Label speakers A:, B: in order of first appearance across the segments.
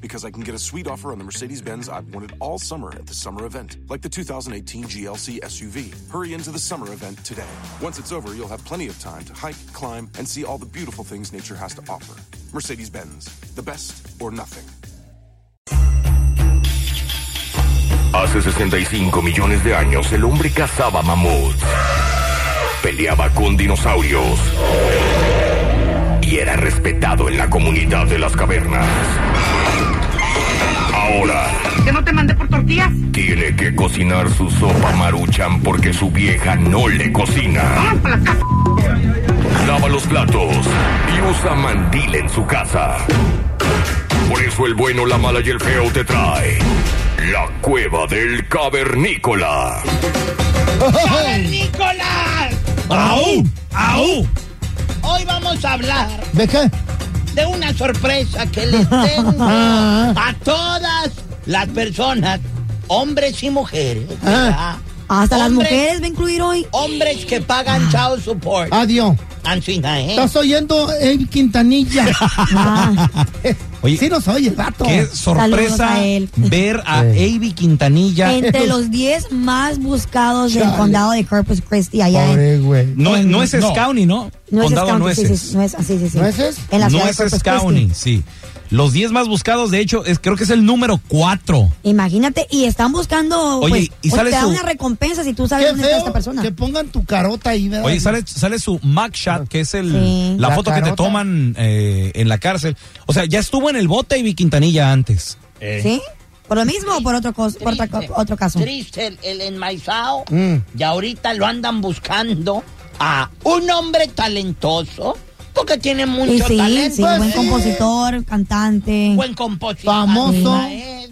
A: Because I can get a sweet offer on the Mercedes Benz I've wanted all summer at the summer event, like the 2018 GLC SUV. Hurry into the summer event today. Once it's over, you'll have plenty of time to hike, climb, and see all the beautiful things nature has to offer. Mercedes Benz, the best or nothing.
B: Hace 65 millones de años el hombre cazaba mamuts, peleaba con dinosaurios y era respetado en la comunidad de las cavernas. Ahora
C: ¿Que no te mandé por tortillas?
B: tiene que cocinar su sopa maruchan porque su vieja no le cocina.
C: Para las c-
B: Lava los platos y usa mandil en su casa. Por eso el bueno, la mala y el feo te trae la cueva del cavernícola.
D: Nicolás.
E: ¡Au! ¡Au!
D: Hoy vamos a hablar
E: ¿De qué?
D: de una sorpresa que les tengo a todas las personas, hombres y mujeres. ¿verdad?
F: Ah, Hasta las
D: Hombres-
F: mujeres va a incluir hoy. Ah.
D: Hombres que pagan child support.
E: Adiós.
D: Ancina, ¿eh?
E: Estás oyendo el Quintanilla.
F: Ah,
G: Oye,
E: Sí nos oye, vato.
G: qué sorpresa
F: a él.
G: ver a Avi Quintanilla.
F: entre los 10 más buscados del
E: Chale.
F: condado de Corpus Christi allá en...
E: Pobre güey.
G: No, no es
E: No.
G: Scowney, ¿no? Condado
F: County,
G: Nueces.
F: Sí, sí, nueces, sí, sí, sí.
E: ¿Nueces?
F: En la ciudad de
G: Nueces
F: Corpus
G: County,
F: Christi.
G: sí. Los 10 más buscados, de hecho, es, creo que es el número 4.
F: Imagínate, y están buscando,
G: Oye,
F: pues,
G: y
F: o
G: sale
F: te dan
G: su-
F: una recompensa si tú sabes
E: Qué
F: dónde está
E: feo
F: esta persona.
E: que pongan tu carota ahí, ¿verdad?
G: Oye, sale, sale su mugshot, que es el,
F: Sí.
G: la,
E: La
G: foto que te
E: carota.
G: toman eh, en la cárcel. O sea, ya estuvo en el bote Avi Quintanilla antes.
F: ¿Sí? ¿Por lo mismo o por otro, cos- por otra co-
D: Triste,
F: otro caso?
D: Triste el, el enmaizao.
E: Mm.
D: Y ahorita lo andan buscando a un hombre talentoso, porque tiene
F: Y
D: mucho
F: sí,
D: talento.
F: sí,
E: pues,
F: buen
E: sí.
F: compositor, cantante.
D: Buen compositor.
E: Famoso.
D: ¿eh?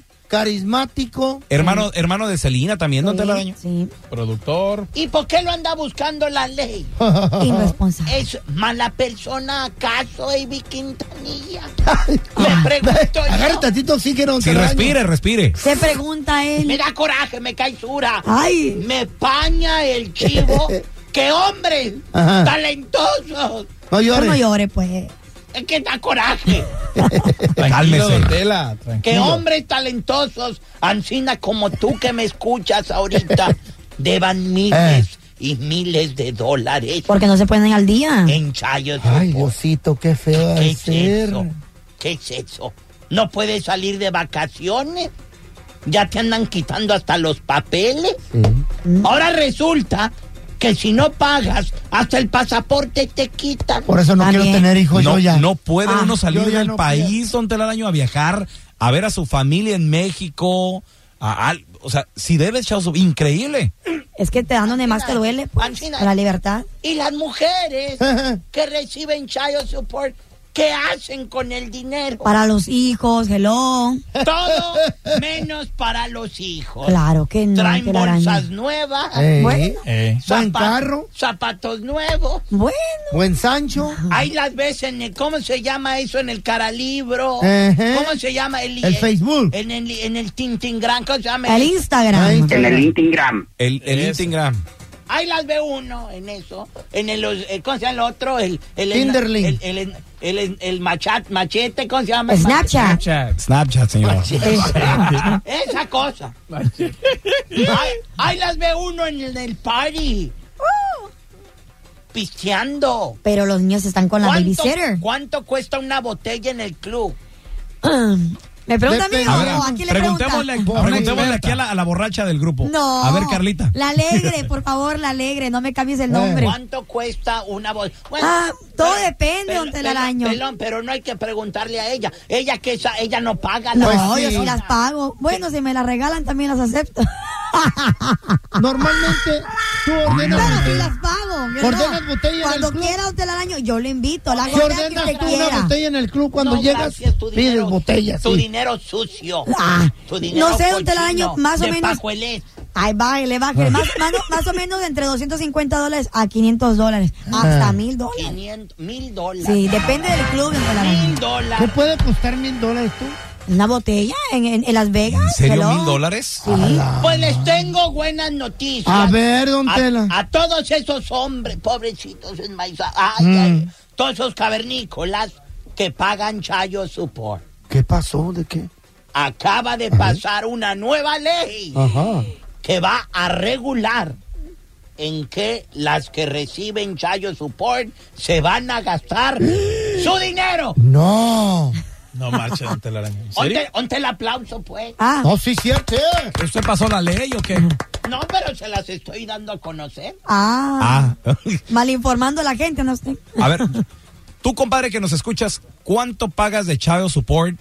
E: Carismático.
G: Hermano, hermano de Celina también, ¿no te la daño?
F: Sí,
G: Productor.
D: ¿Y por qué lo anda buscando la ley?
F: irresponsable.
D: ¿Es mala persona acaso, Avi Quintanilla? Me pregunto
E: Agarra
D: yo.
E: tantito oxígeno.
G: Sí,
E: te daño.
G: respire, respire.
F: Se pregunta
D: Me
F: él.
D: da coraje, me cae sura.
F: Ay.
D: Me paña el chivo. ¡Qué hombres
E: Ajá.
D: talentosos!
E: No
F: Pero
E: llores.
F: no llore, pues.
D: Es que da coraje.
G: Cálmese.
D: Que hombres talentosos, Ancina, como tú que me escuchas ahorita, deban miles y miles de dólares
F: Porque no se ponen al día.
D: en chayos.
E: Ay, Diosito, qué feo
D: ¿Qué
E: de
D: es
E: ser.
D: eso? ¿Qué es eso? ¿No puedes salir de vacaciones? Ya te andan quitando hasta los papeles.
E: Sí.
F: Mm.
D: Ahora resulta que si no pagas, hasta el pasaporte te quitan.
E: Por eso no
F: También.
E: quiero tener hijos
G: No,
E: yo ya.
G: no puede
F: Ah,
G: uno salir
E: yo ya
G: del
E: no
G: país, don Telaraño, a viajar, a ver a su familia en México. a- al- o sea, si debes, Chao, increíble.
F: Es que te dan donde más te duele, pues,
D: Ancina.
F: la libertad.
D: Y las mujeres que reciben child support, ¿qué hacen con el dinero?
F: Para los hijos, hello.
D: Todo menos para los hijos.
F: Claro que no.
D: Traen
F: que la araña.
D: bolsas nuevas,
E: Eh,
F: Bueno.
E: Buen
D: zapa-
E: carro,
D: zapatos nuevos.
F: Bueno.
E: buen Sancho.
D: Ahí las ves en el, ¿cómo se llama eso? En el caralibro.
E: Ejé.
D: ¿Cómo se llama? El,
E: El Facebook.
D: En el, en el Tintingrán, ¿cómo se llama?
F: El Instagram.
E: Ay,
H: En el Instagram.
G: El, el Instagram.
D: ahí las ve uno en eso. En el, los- eh, ¿cómo se llama el otro? El, el,
E: Tinderling.
D: El, el, el, el- el machat- machete, ¿cómo se llama?
F: Pues Snapchat.
G: Snapchat, señora.
D: Esa cosa. Ay, ay, las ve uno en el, el party. Pisteando.
F: ¡Oh! Pero los niños están con la
D: ¿Cuánto,
F: babysitter.
D: cuánto cuesta una botella en el club?
F: ¿Me pregunta a mí
E: Depende.
G: A ver,
F: o a quién le pregunta?
G: preguntémosle,
E: Pobre
G: preguntémosle
E: Berta.
G: aquí a la, a la borracha del grupo.
F: No.
G: A ver, Carlita.
F: La alegre, por favor, la alegre. No me cambies el
E: Eh.
F: nombre.
D: ¿Cuánto cuesta una botella?
F: Ah, todo depende, don Telaraño.
D: Pelón, pero no hay que preguntarle a ella. Ella que esa, ella no paga.
F: No,
E: Pues
F: yo
E: sí.
F: sí las pago. Bueno, si me las regalan también las acepto.
E: Normalmente tú
F: Pero
E: ordenas.
F: sí las pago. yo
E: ¿Ordenas
F: no.
E: botella en el
F: Cuando
E: club?
F: quiera usted el año, yo lo invito. La
E: Si ordenas
F: que usted
E: tú
F: quiera.
E: una botella en el club, cuando
D: No,
E: llegas,
D: gracias, tu
E: pides
D: dinero-
E: botellas.
D: Tu
E: sí.
D: dinero sucio.
F: Ah,
D: tu dinero
F: no sé, don
D: cochino,
F: Telaraño, más o
D: de
F: menos-
D: pajuelés.
F: Ay, bájale,
E: Ah.
F: bájale. Más, más, más o menos de entre 250 dólares a 500 dólares. Hasta 1000 dólares.
D: 500, Ah. mil dólares.
F: Sí, depende del club, don Telaraño.
D: Mil
E: ¿Qué
D: dólares.
E: puede costar mil dólares tú?
F: ¿Una botella en, en- en Las Vegas?
G: ¿En serio,
F: hello?
G: mil dólares?
F: Sí.
D: Pues les tengo buenas noticias.
E: A ver, don
D: a,
E: Tela.
D: a todos esos hombres, pobrecitos enmaizados. Ay,
E: Mm.
D: ay, todos esos cavernícolas que pagan Chayo Support.
E: ¿Qué pasó? ¿De qué?
D: Acaba de pasar una nueva ley
E: Ajá.
D: que va a regular en que las que reciben Chayo Support se van a gastar su dinero.
E: No.
G: No marcha, don Telaraño. ¿En serio?
D: Onte, onte el aplauso, pues.
F: Ah,
E: No, sí, cierto. eh.
G: ¿Usted pasó la ley o qué?
D: No, pero se las estoy dando a conocer.
F: ah.
G: Ah.
F: Mal informando a la gente, ¿no? Usted?
G: A ver, tú, compadre, que nos escuchas, ¿cuánto pagas de child support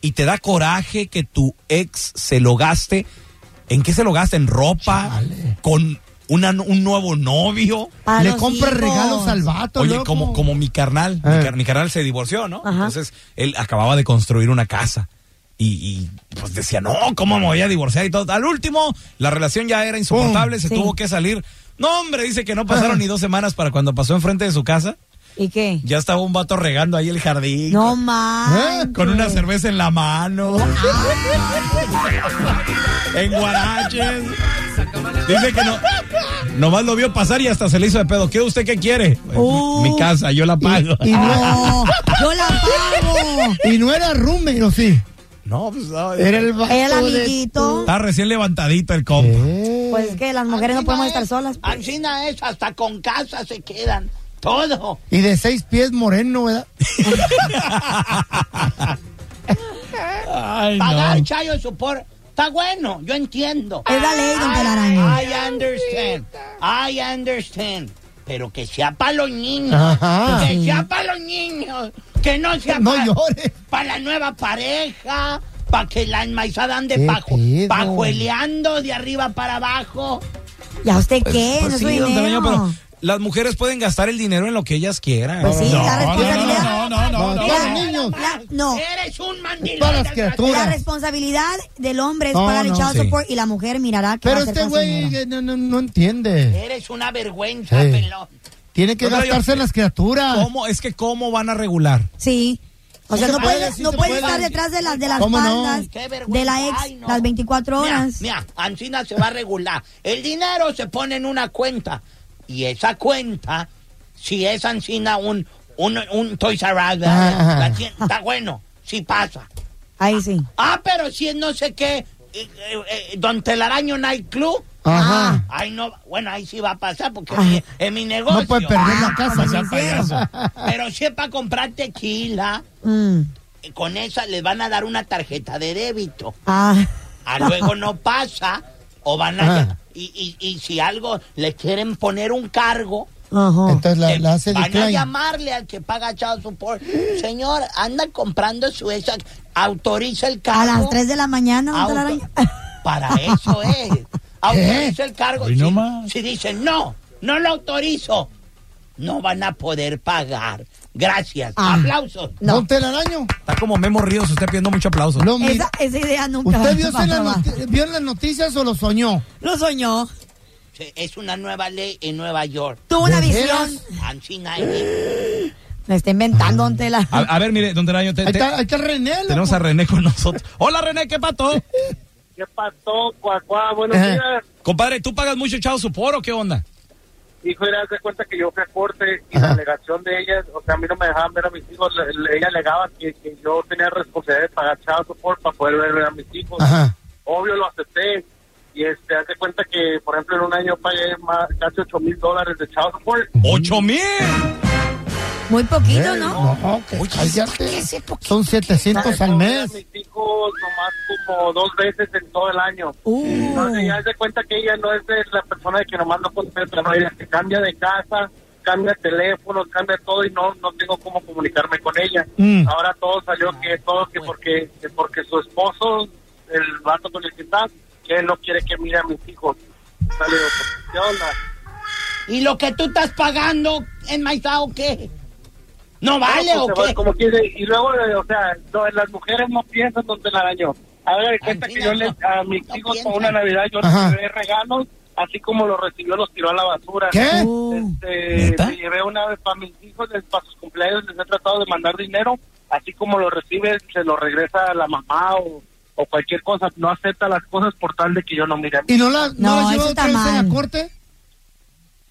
G: y te da coraje que tu ex se lo gaste? ¿En qué se lo gasta? ¿En ropa?
E: Chale.
G: ¿Con una- un nuevo novio?
F: Para
E: Le
F: los
E: compra
F: hijos.
E: regalos al vato,
G: Oye,
E: loco.
G: como, como mi carnal,
E: Eh.
G: mi, car- mi carnal se divorció, ¿no?
F: Ajá.
G: Entonces, él acababa de construir una casa. Y, y, pues decía, no, ¿cómo me voy a divorciar? Y todo. Al último, la relación ya era insoportable, se
F: Sí.
G: tuvo que salir. No, hombre, dice que no pasaron ni dos semanas para cuando pasó enfrente de su casa.
F: ¿Y qué?
G: Ya estaba un vato regando ahí el jardín.
F: No
G: con- ¿eh?
F: más.
G: Con una cerveza en la mano. en guaraches. Dice que no. Nomás lo vio pasar y hasta se le hizo de pedo. ¿Qué usted qué quiere?
F: Uh.
G: Mi casa, yo la pago.
E: Y no,
F: No, yo la pago.
E: y no era roommate, ¿o sí?
G: No, pues no.
E: Era el vato
F: El
E: de-
F: amiguito.
G: Está recién levantadito el compa.
E: Eh.
F: Pues es que las mujeres no
D: Así
F: podemos
D: es.
F: estar solas. pues.
D: Así es, hasta con casa se quedan. Todo.
E: Y de seis pies moreno, ¿verdad?
G: Ay,
D: Pagar
G: no.
D: Chayo Support está bueno, yo entiendo.
F: Es la ley, don
D: I-
F: Telaraño.
D: I understand. I understand. Pero que sea para los niños.
E: Ajá.
D: Que sea para los niños. Que no sea
E: No
D: para
E: llores.
D: la nueva pareja. Para que la enmaizada ande
E: Qué
D: paju-
E: pedo.
D: pajueleando de arriba para abajo.
F: ¿Y a usted qué?
G: Pues
F: no es
G: sí,
F: su
G: don Tamaño,
F: dinero.
G: pero las mujeres pueden gastar el dinero en lo que ellas quieran.
F: Pues sí, la responsabilidad.
G: No, no, no, no, no,
E: Para
F: La-
E: los niños.
F: la- no.
D: Eres un mandilón.
E: Para las
D: desgraciado.
E: criaturas.
F: La responsabilidad del hombre es
E: No,
F: pagar el
E: no,
F: child
G: sí.
F: support y la mujer mirará qué va
E: Pero
F: a hacer
E: este
F: con su
E: güey
F: dinero.
E: eh, no, no, no entiende.
D: Eres una vergüenza,
E: Sí.
D: pelón.
E: Tiene que
G: No, no, yo-
E: gastarse las criaturas.
G: ¿Cómo? Es que cómo van a regular.
F: Sí. O
E: Sí
F: sea,
E: se
F: no
E: puede,
F: puede,
E: sí
F: no
E: se
F: puede
E: puede.
F: estar detrás de las de las
E: ¿Cómo no?
F: faldas
D: Qué vergüenza.
F: de la ex
D: Ay, no.
F: las 24
D: Mira,
F: horas.
D: Mira, Ancina se va a regular. El dinero se pone en una cuenta. Y esa cuenta, si es Ancina un, un, un Toys R Us, ¿verdad?
E: Ah.
D: La tien- está bueno, si pasa.
F: Ahí sí.
D: Ah, pero si es no sé qué, eh, eh, eh, Don Telaraño Night Club. Ah,
E: Ajá.
D: Ahí no, bueno, ahí sí va a pasar porque es, es mi negocio. Ah,
E: No puede perder la casa.
F: como lo hicieron.
D: Pero si es para comprar tequila,
F: Mm.
D: eh, con esa les van a dar una tarjeta de débito.
F: Ah.
D: a luego no pasa o van a
E: Ah.
D: y, y, y si algo le quieren poner un cargo
F: Ajá.
E: Entonces la,
D: eh,
E: la hace
D: van a
E: decline.
D: llamarle al que paga child support señor anda comprando su esa autoriza el
F: a
D: cargo
F: las 3 de la mañana, don
D: auto-
F: Telaraño.
D: para eso es autoriza el cargo
G: Hoy
D: si,
G: no más.
D: si dicen no no lo autorizo no van a poder pagar gracias
F: Ah.
D: aplausos
F: No.
E: Don Telaraño,
G: Está como Memo Ríos, usted pidiendo mucho aplauso.
E: lo mi-
F: Esa, esa idea nunca
E: ¿usted vio,
F: va a
E: en las
F: probar.
E: noti- vio en las noticias o lo soñó?
F: Lo soñó.
D: Se- es una nueva ley en Nueva York
F: Tuvo una
E: ¿De
F: visión.
E: veras?
D: Ancina eh,
F: Me está inventando, don Tela.
G: A, a ver, mire, don Telaño, te-
E: Ah. Ahí
G: te-
E: está, pues. ahí está René. loco.
G: tenemos a René con nosotros. Hola, René, ¿qué pato?
C: ¿Qué pasó, cuacuá? Buenos
E: Ajá.
C: días.
G: Compadre, ¿tú pagas mucho chao supor o qué onda?
C: hijo era de cuenta que yo fui a corte y la alegación de ellas, o sea, a mí no me dejaban ver a mis hijos, le- le- ella alegaba que, que yo tenía responsabilidad de pagar child support para poder ver a mis hijos.
E: Ajá.
C: Obvio lo acepté y este, hace cuenta que, por ejemplo, en un año pagué más, casi 8 mil dólares de child support.
G: ¡Ocho mil!
F: Muy poquito, ¿no?
E: Eh, No, que cállate. Son 700 al
C: Yo
E: mes.
C: vi a mis hijos nomás como dos veces en todo el año. Entonces
F: Uh,
C: ya se cuenta que ella no es de la persona de que nomás no contesta, no, ella se cambia de casa, cambia teléfono, cambia todo y no no tengo cómo comunicarme con ella.
E: Mm.
C: Ahora todo salió que todo que porque que porque su esposo, el vato con el que está, que él no quiere que mire a mis hijos. Salió, pues, ¿qué onda?
D: ¿Y lo que tú estás pagando en Maizao qué? ¿No vale
C: No,
D: o
C: pues, se va
D: qué?
C: Como quiere, y luego, eh, o sea, no, las mujeres no piensan donde la dañó. Haga de cuenta
D: Así
C: que
D: no,
C: yo les, a mis
D: no
C: hijos
D: piensan.
C: por una Navidad yo
E: Ajá.
C: les llevé regalos, así como los recibió, los tiró a la basura.
E: ¿Qué?
F: Uh.
C: Este,
G: ¿Neta?
C: me llevé una vez para mis hijos, les- para sus cumpleaños les he tratado de mandar dinero, así como lo recibe, se lo regresa a la mamá o, o cualquier cosa. No acepta las cosas por tal de que yo no mire. a mí.
E: ¿Y no la, no
F: No,
E: la llevó
F: eso está
E: otra vez en
F: mal.
E: la corte?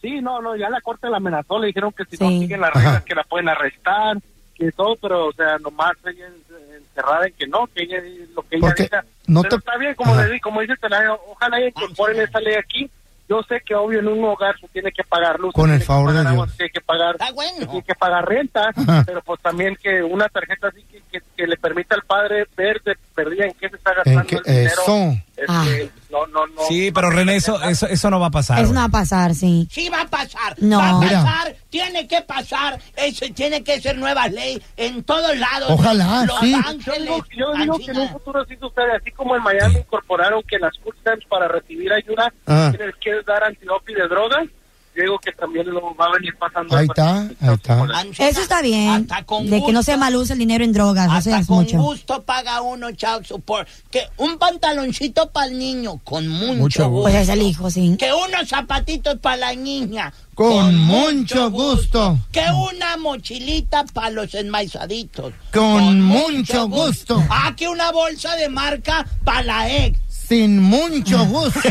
C: Sí, no, no, ya la corte la amenazó, le dijeron que si no
F: Sí.
C: siguen las reglas
E: Ajá.
C: que la pueden arrestar, que todo, pero o sea, nomás ella en- encerrada en que no, que ella eh, lo que ella
E: Porque
C: diga.
E: no
C: pero
E: te-
C: está bien, como
E: Ajá.
C: le di, como dice Telayo, ojalá ella incorporen esa ley aquí. Yo sé que obvio en un hogar se tiene que pagar luz,
E: Con
C: se
E: el
C: tiene que
E: favor de
C: pagar agua,
E: Dios.
C: se tiene que pagar
D: Está bueno.
C: se tiene que pagar renta,
E: Ajá.
C: pero pues también que una tarjeta así que, que, que le permita al padre ver de perdida en qué se está gastando
E: En qué-
C: el dinero.
E: Eh, eso.
C: Este,
F: Ah.
C: no, no, no.
G: Sí, pero René, eso, eso, eso no va a pasar.
F: eso
G: güey.
F: no va a pasar, sí.
D: Sí va a pasar,
F: No.
D: va a
E: Mira.
D: pasar, tiene que pasar, eso tiene que ser nueva ley en todos lados.
E: Ojalá,
D: Los
E: sí.
C: Yo
D: Ángeles,
C: digo, yo digo que en un
D: China.
C: futuro sí sucede, así como en Miami incorporaron que las food stamps para recibir ayuda
E: Ah.
C: tienes que dar antidoping de drogas, yo digo que también lo va a venir pasando.
E: Ahí está, ahí está.
D: Anchina,
F: Eso está bien.
D: hasta con
F: De que no
D: gusto,
F: se maluse el dinero en drogas, no
D: Hasta
F: seas
D: con
F: mucho.
D: gusto paga uno child support. Que un pantaloncito para el niño, con mucho,
G: Mucho gusto.
D: gusto.
F: Pues es el hijo, sí.
D: Que unos zapatitos para la niña.
E: Con mucho gusto.
D: Que una mochilita para los enmaizaditos.
E: Con mucho gusto.
D: Ah, que una bolsa de marca para la ex.
E: Sin mucho gusto.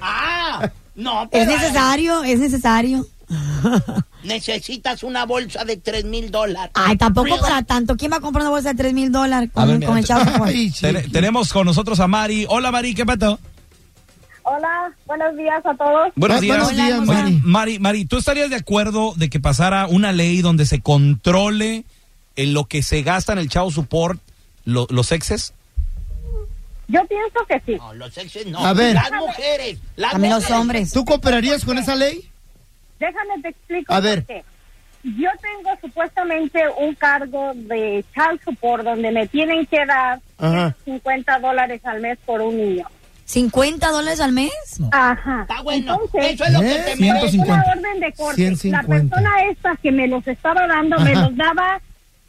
D: Ah, no,
F: Es
D: pero
F: necesario, es necesario.
D: necesitas una bolsa de tres mil dólares.
F: Ay, tampoco para tanto. ¿Quién va a comprar una bolsa de 3 mil dólares con,
G: A ver, mira,
F: con el
G: te-
F: chavo? pues?
E: Ay, sí.
G: Ten- tenemos con nosotros a Mari. Hola, Mari, ¿qué pato?
H: Hola, buenos días a todos.
G: Buenos
E: Bu-
G: días.
E: buenos días,
G: Oye,
E: Mari.
G: Mari, Mari, ¿tú estarías de acuerdo de que pasara una ley donde se controle en lo que se gasta en el chavo support lo- los exes?
H: Yo pienso que sí.
D: No, los exes no.
E: A ver.
D: Las mujeres. Las
F: También los
D: mujeres.
F: hombres.
E: ¿Tú cooperarías con esa ley?
H: Déjame te explico.
E: A
H: por
E: ver.
H: qué. Yo tengo supuestamente un cargo de child support donde me tienen que dar
E: Ajá.
H: 50 dólares al mes por un niño.
F: ¿50 dólares al mes?
H: Ajá.
D: Está bueno.
H: Entonces,
D: Eso es lo que
E: ¿Eh?
D: te
E: Ciento
H: es
D: merece.
E: cincuenta.
H: una orden de corte.
E: 150.
H: La persona esta que me los estaba dando me
E: Ajá.
H: los daba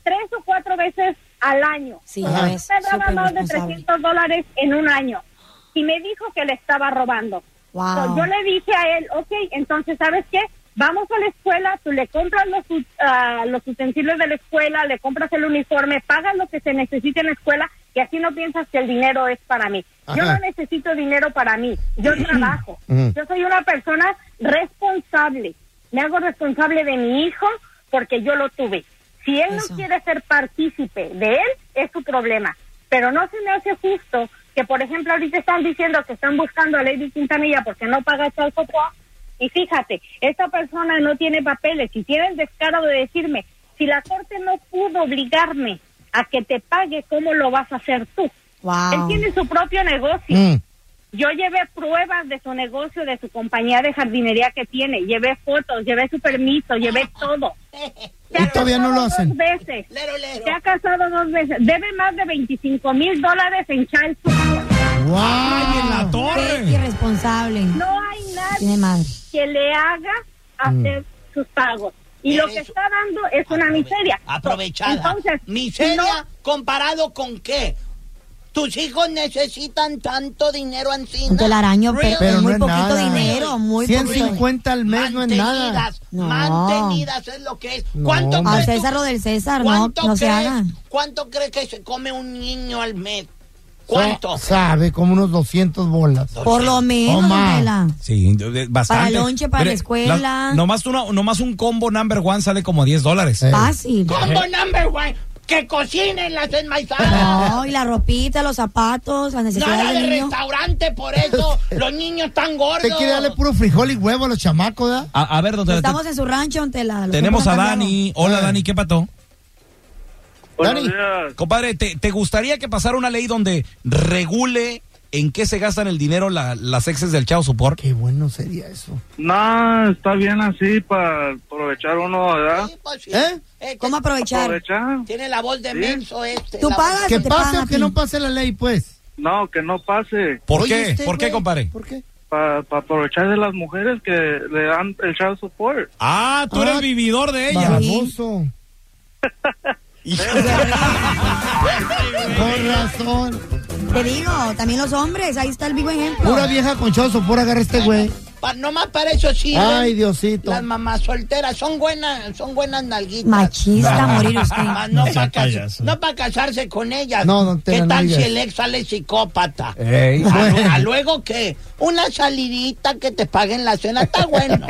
H: tres o cuatro veces al año.
F: Sí,
E: Ajá.
F: ya ves.
H: Me daba
F: súper
H: más de
F: responsable.
H: 300 dólares en un año. Y me dijo que le estaba robando.
F: Wow.
H: Yo le dije a él, ok, entonces, ¿sabes qué? Vamos a la escuela, tú le compras los, ut- ah, los utensilios de la escuela, le compras el uniforme, pagas lo que se necesite en la escuela y así no piensas que el dinero es para mí. Yo
E: Ajá.
H: no necesito dinero para mí, yo trabajo.
E: Ujú.
H: Yo soy una persona responsable. Me hago responsable de mi hijo porque yo lo tuve. Si él
F: Eso.
H: no quiere ser partícipe de él, es su problema. Pero no se me hace justo que, por ejemplo, ahorita están diciendo que están buscando a Lady Quintanilla porque no paga tal support. Y fíjate, esta persona no tiene papeles y tiene el descaro de decirme, si la corte no pudo obligarme a que te pague, ¿cómo lo vas a hacer tú? Él
F: Wow.
H: tiene su propio negocio.
E: Mm.
H: Yo llevé pruebas de su negocio, de su compañía de jardinería que tiene. Llevé fotos, llevé su permiso, llevé todo. Se
E: Y
H: ha
E: todavía no
H: casado
E: lo hacen.
H: Dos veces.
D: Lero, lero.
H: Se ha casado dos veces. Debe más de 25 mil dólares en child support.
E: ¡Wow!
F: Qué irresponsable.
H: No hay
F: Tiene
H: nadie
F: madre. Mm.
H: que le haga hacer sus pagos. Y lo que
D: Eso.
H: está dando es una
D: Aprove-
H: miseria.
D: Aprovechada.
H: Entonces,
D: miseria
H: no-
D: comparado con qué? Tus hijos necesitan tanto dinero encima.
F: Un telaraño,
D: Really?
F: pero,
E: Pero
F: muy
E: no es
F: poquito
E: nada.
F: dinero, muy poquito.
E: 150 al mes no es nada.
D: Mantenidas,
F: No.
D: Mantenidas es lo que es.
E: No,
D: ¿Cuánto
E: hombre.
D: crees
F: Al
D: tú-
F: César lo del César, no,
D: cuánto
F: no se
D: crees-
F: hagan.
D: ¿Cuánto crees que se come un niño al mes? ¿Cuánto?
E: Sabe, como unos 200 bolas.
F: Por lo menos,
E: O más.
F: Adela.
G: Sí, de- de- bastante.
F: Para lonche, para la escuela.
G: nomás, una, nomás un combo number one sale como 10 dólares. Eh.
F: Fácil.
D: Combo number one. Que cocinen las enmaizadas.
F: No, y la ropita, los zapatos, las necesidades
D: Nada de
F: del niño.
D: restaurante, por eso los niños están gordos.
E: Usted quiere darle puro frijol y huevo a los chamacos, ¿verdad?
G: A, a ver, don Tela, te-
F: Estamos en su rancho, ante la. los
G: tenemos a
F: tiempos han
G: Dani. Hola, Dani, ¿qué pato?
E: Buenos
G: Compadre, ¿te, te gustaría que pasara una ley donde regule en qué se gastan el dinero la- las exes del Chao Support?
E: Qué bueno sería eso.
I: No, está bien así para aprovechar uno, ¿verdad?
D: Sí, pues, sí.
E: ¿Eh?
D: Este
F: cambiado. ¿Cómo aprovechar?
I: Aprovechar.
D: Tiene la voz de
I: Sí.
D: menso este.
F: ¿Tú
D: la-
F: pagas
E: Que
F: o te
E: pase
F: pagan
E: o
F: a
E: que
F: ti?
E: no pase la ley, pues.
I: No, que no pase.
G: ¿Por
E: Oye,
G: qué?
E: usted,
G: ¿Por qué,
E: güey,
G: compadre?
E: ¿Por qué?
I: Para aprovechar de las mujeres que le dan el child support.
G: Ah, tú
E: Ah,
G: eres vividor de ella.
E: Baboso. Con razón.
F: Te digo, también los hombres, ahí está el vivo ejemplo.
E: Pura vieja conchoso, por agarrar este güey.
D: Pa- nomás para eso sí.
E: Ay, Diosito.
D: Las mamás solteras son buenas, son buenas nalguitas.
F: Machista, morir usted.
D: Más no
C: sea
D: para
C: payaso.
D: casarse con ellas.
E: No, don Tela,
D: ¿Qué
E: no
D: tal
E: digas.
D: si el ex sale psicópata?
G: Ey.
D: A, lu- a luego que una salidita que te paguen la cena está bueno.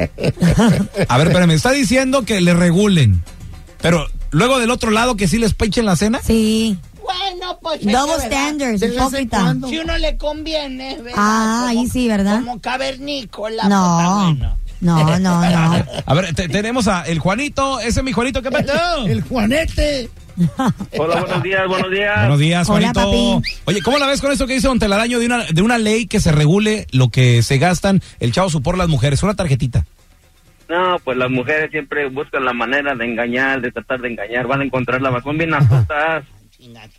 G: A ver, pero me está diciendo que le regulen. Pero luego del otro lado que sí les pechen la cena.
F: Sí.
D: bueno, pues. es que,
F: Double
D: ¿verdad?
F: standards,
E: De vez en
F: hipócrita.
E: cuando.
D: Si uno le conviene, ¿verdad?
F: Ah, ahí sí, ¿verdad?
D: Como cavernícola.
F: No.
D: pues, está bueno.
F: No, no, no.
G: A ver, te- tenemos a el Juanito, ese es mi Juanito, ¿qué pasó?
E: El Juanete.
I: Hola, buenos días, buenos días.
G: Buenos días,
F: Hola,
G: Juanito.
F: papi.
G: Oye, ¿cómo la ves con esto que dice Don Telaraño de una, de una ley que se regule lo que se gastan el chavo por las mujeres? Una tarjetita.
I: No, pues las mujeres siempre buscan la manera de engañar, de tratar de engañar. Van a encontrar la razón bien astutas.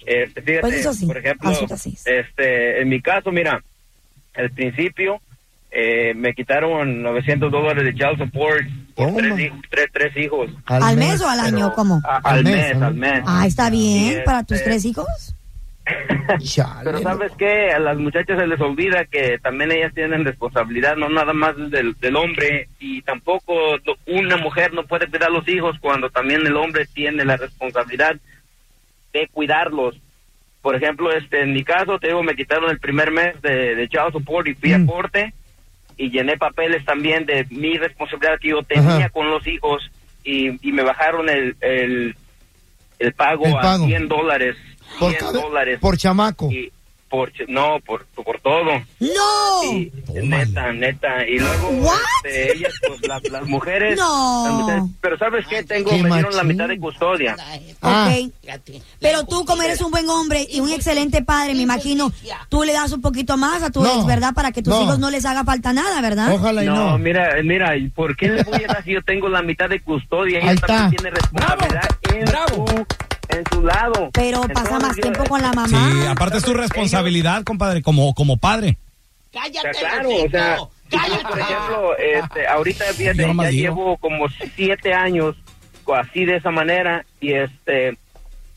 I: Este, fíjate,
F: Pues eso sí,
I: por ejemplo,
F: astutas sí.
I: este, en mi caso, mira, al principio eh, me quitaron 900 dólares de child support por
E: Toma.
I: tres, hij- tres, tres hijos.
F: ¿Al mes o al
I: Pero
F: año? ¿Cómo?
I: a- al,
E: Al mes,
I: mes,
E: ¿no?
I: al mes.
F: Ah, está bien,
I: Y,
F: para tus
I: este,
F: tres hijos.
E: Chale,
I: Pero sabes qué, a las muchachas se les olvida que también ellas tienen responsabilidad, no nada más del, del hombre, y tampoco lo- una mujer no puede cuidar a los hijos cuando también el hombre tiene la responsabilidad de cuidarlos. Por ejemplo, este, en mi caso, te digo, me quitaron el primer mes de, de child support y
E: Mm.
I: fui a corte y llené papeles también de mi responsabilidad que yo tenía
E: Ajá.
I: con los hijos y, y me bajaron el, el, el pago
E: El
I: a
E: pago.
I: 100 dólares.
E: Por,
I: 100
E: cada-
I: dólares
E: por chamaco.
I: y por ch- no por por todo
F: ¡No!
I: y neta neta y luego
F: What?
I: este, ellas pues la- las mujeres
F: No.
I: las mujeres- pero sabes qué tengo
E: Qué
I: me dieron la
E: machín.
I: mitad de custodia
E: Ah.
F: Ok. Pero tú, como eres un buen hombre y un excelente padre, me imagino, tú le das un poquito más a tu
E: No.
F: ex, ¿verdad? Para que tus
E: No.
F: hijos no les haga falta nada, ¿verdad?
E: Ojalá y
I: no,
E: no.
I: mira mira ¿y por qué le voy a dar si yo tengo la mitad de custodia
E: Ahí
I: ella también
E: está.
I: tiene responsabilidad en
G: Bravo.
I: su en su lado
F: Pero pasa
I: Entonces,
F: más
I: yo-
F: tiempo con la
G: Sí,
F: mamá.
G: aparte es tu responsabilidad, compadre, como, como padre.
I: O sea,
D: Cállate,
I: claro,
D: Luisito.
I: o sea,
D: Cállate.
I: yo, por ejemplo, este, ahorita fíjate,
G: Yo nomás
I: ya
G: digo.
I: llevo como siete años co- así de esa manera y este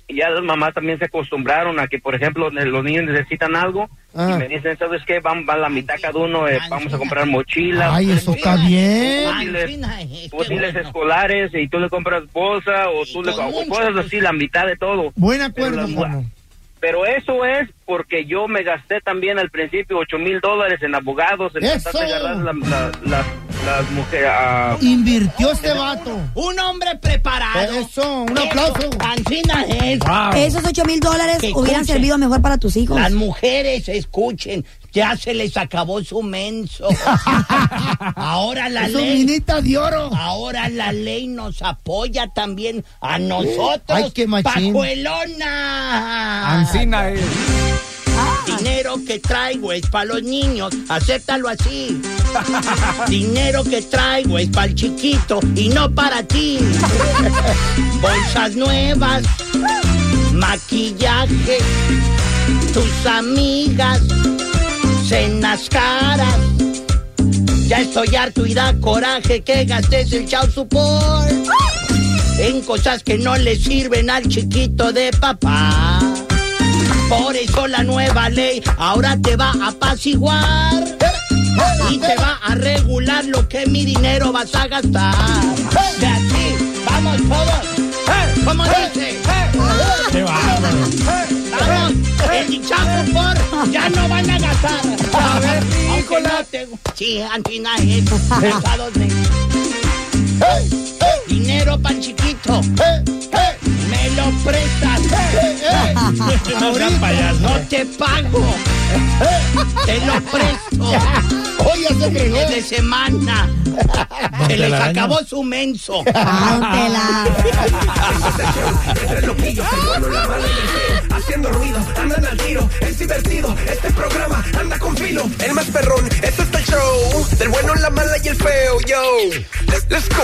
I: ya las mamás también se acostumbraron a que, por ejemplo, ne- los niños necesitan algo
E: Ah.
I: y me dicen, ¿sabes qué? Van, van la mitad cada uno, eh, vamos a comprar mochilas,
E: Ay, eso está bien.
D: Mancina, este,
I: útiles
D: bueno.
I: escolares y tú le compras bolsa o
D: Y
I: tú le
D: con
I: o
D: mucho
I: cosas así, la mitad de todo.
E: Buen
I: Pero
E: acuerdo,
I: las-
E: Juan.
I: Pero eso es porque yo me gasté también al principio 8 mil dólares en abogados, en
E: ¡Eso!
I: tratar de agarrar la- la- la- las mujeres. ah,
E: Invirtió este vato.
D: Un hombre preparado.
E: Eso, un aplauso.
D: Mancina es.
F: Esos ocho mil dólares
D: Que
F: hubieran
D: escuche.
F: servido mejor para tus hijos.
D: Las mujeres, escuchen, ya se les acabó su menso. Ahora la
E: Su
D: ley.
E: minita de oro.
D: Ahora la ley nos apoya también a nosotros.
E: Ay, qué machín.
D: ¡Pajuelona! Dinero que traigo es para los niños, acéptalo así. Dinero que traigo es para el chiquito y no para ti. Bolsas nuevas, maquillaje, tus amigas, cenas caras. Ya estoy harto y da coraje que gastes el chau support en cosas que no le sirven al chiquito de papá. Por eso la nueva ley ahora te va a apaciguar y te va a regular lo que mi dinero vas a gastar. De aquí, vamos todos. ¿Cómo dice?
G: Qué bárbaro.
D: Vamos, el Chaco por ya no van a gastar. A ver, aunque no te Sí, Antina es pesado de- Dinero pan chiquito. Me lo prestas. Ahorita no te pago. Te lo presto. Hoy es de semana. Se les
J: Telaraño.
D: acabó su menso.
G: Tres loquillos jugando en la madre del fin, Haciendo ruido, andan al tiro, es divertido, este programa anda con filo. El más perrón, esto está el show, del bueno, la mala y el feo, yo. Let's, let's go.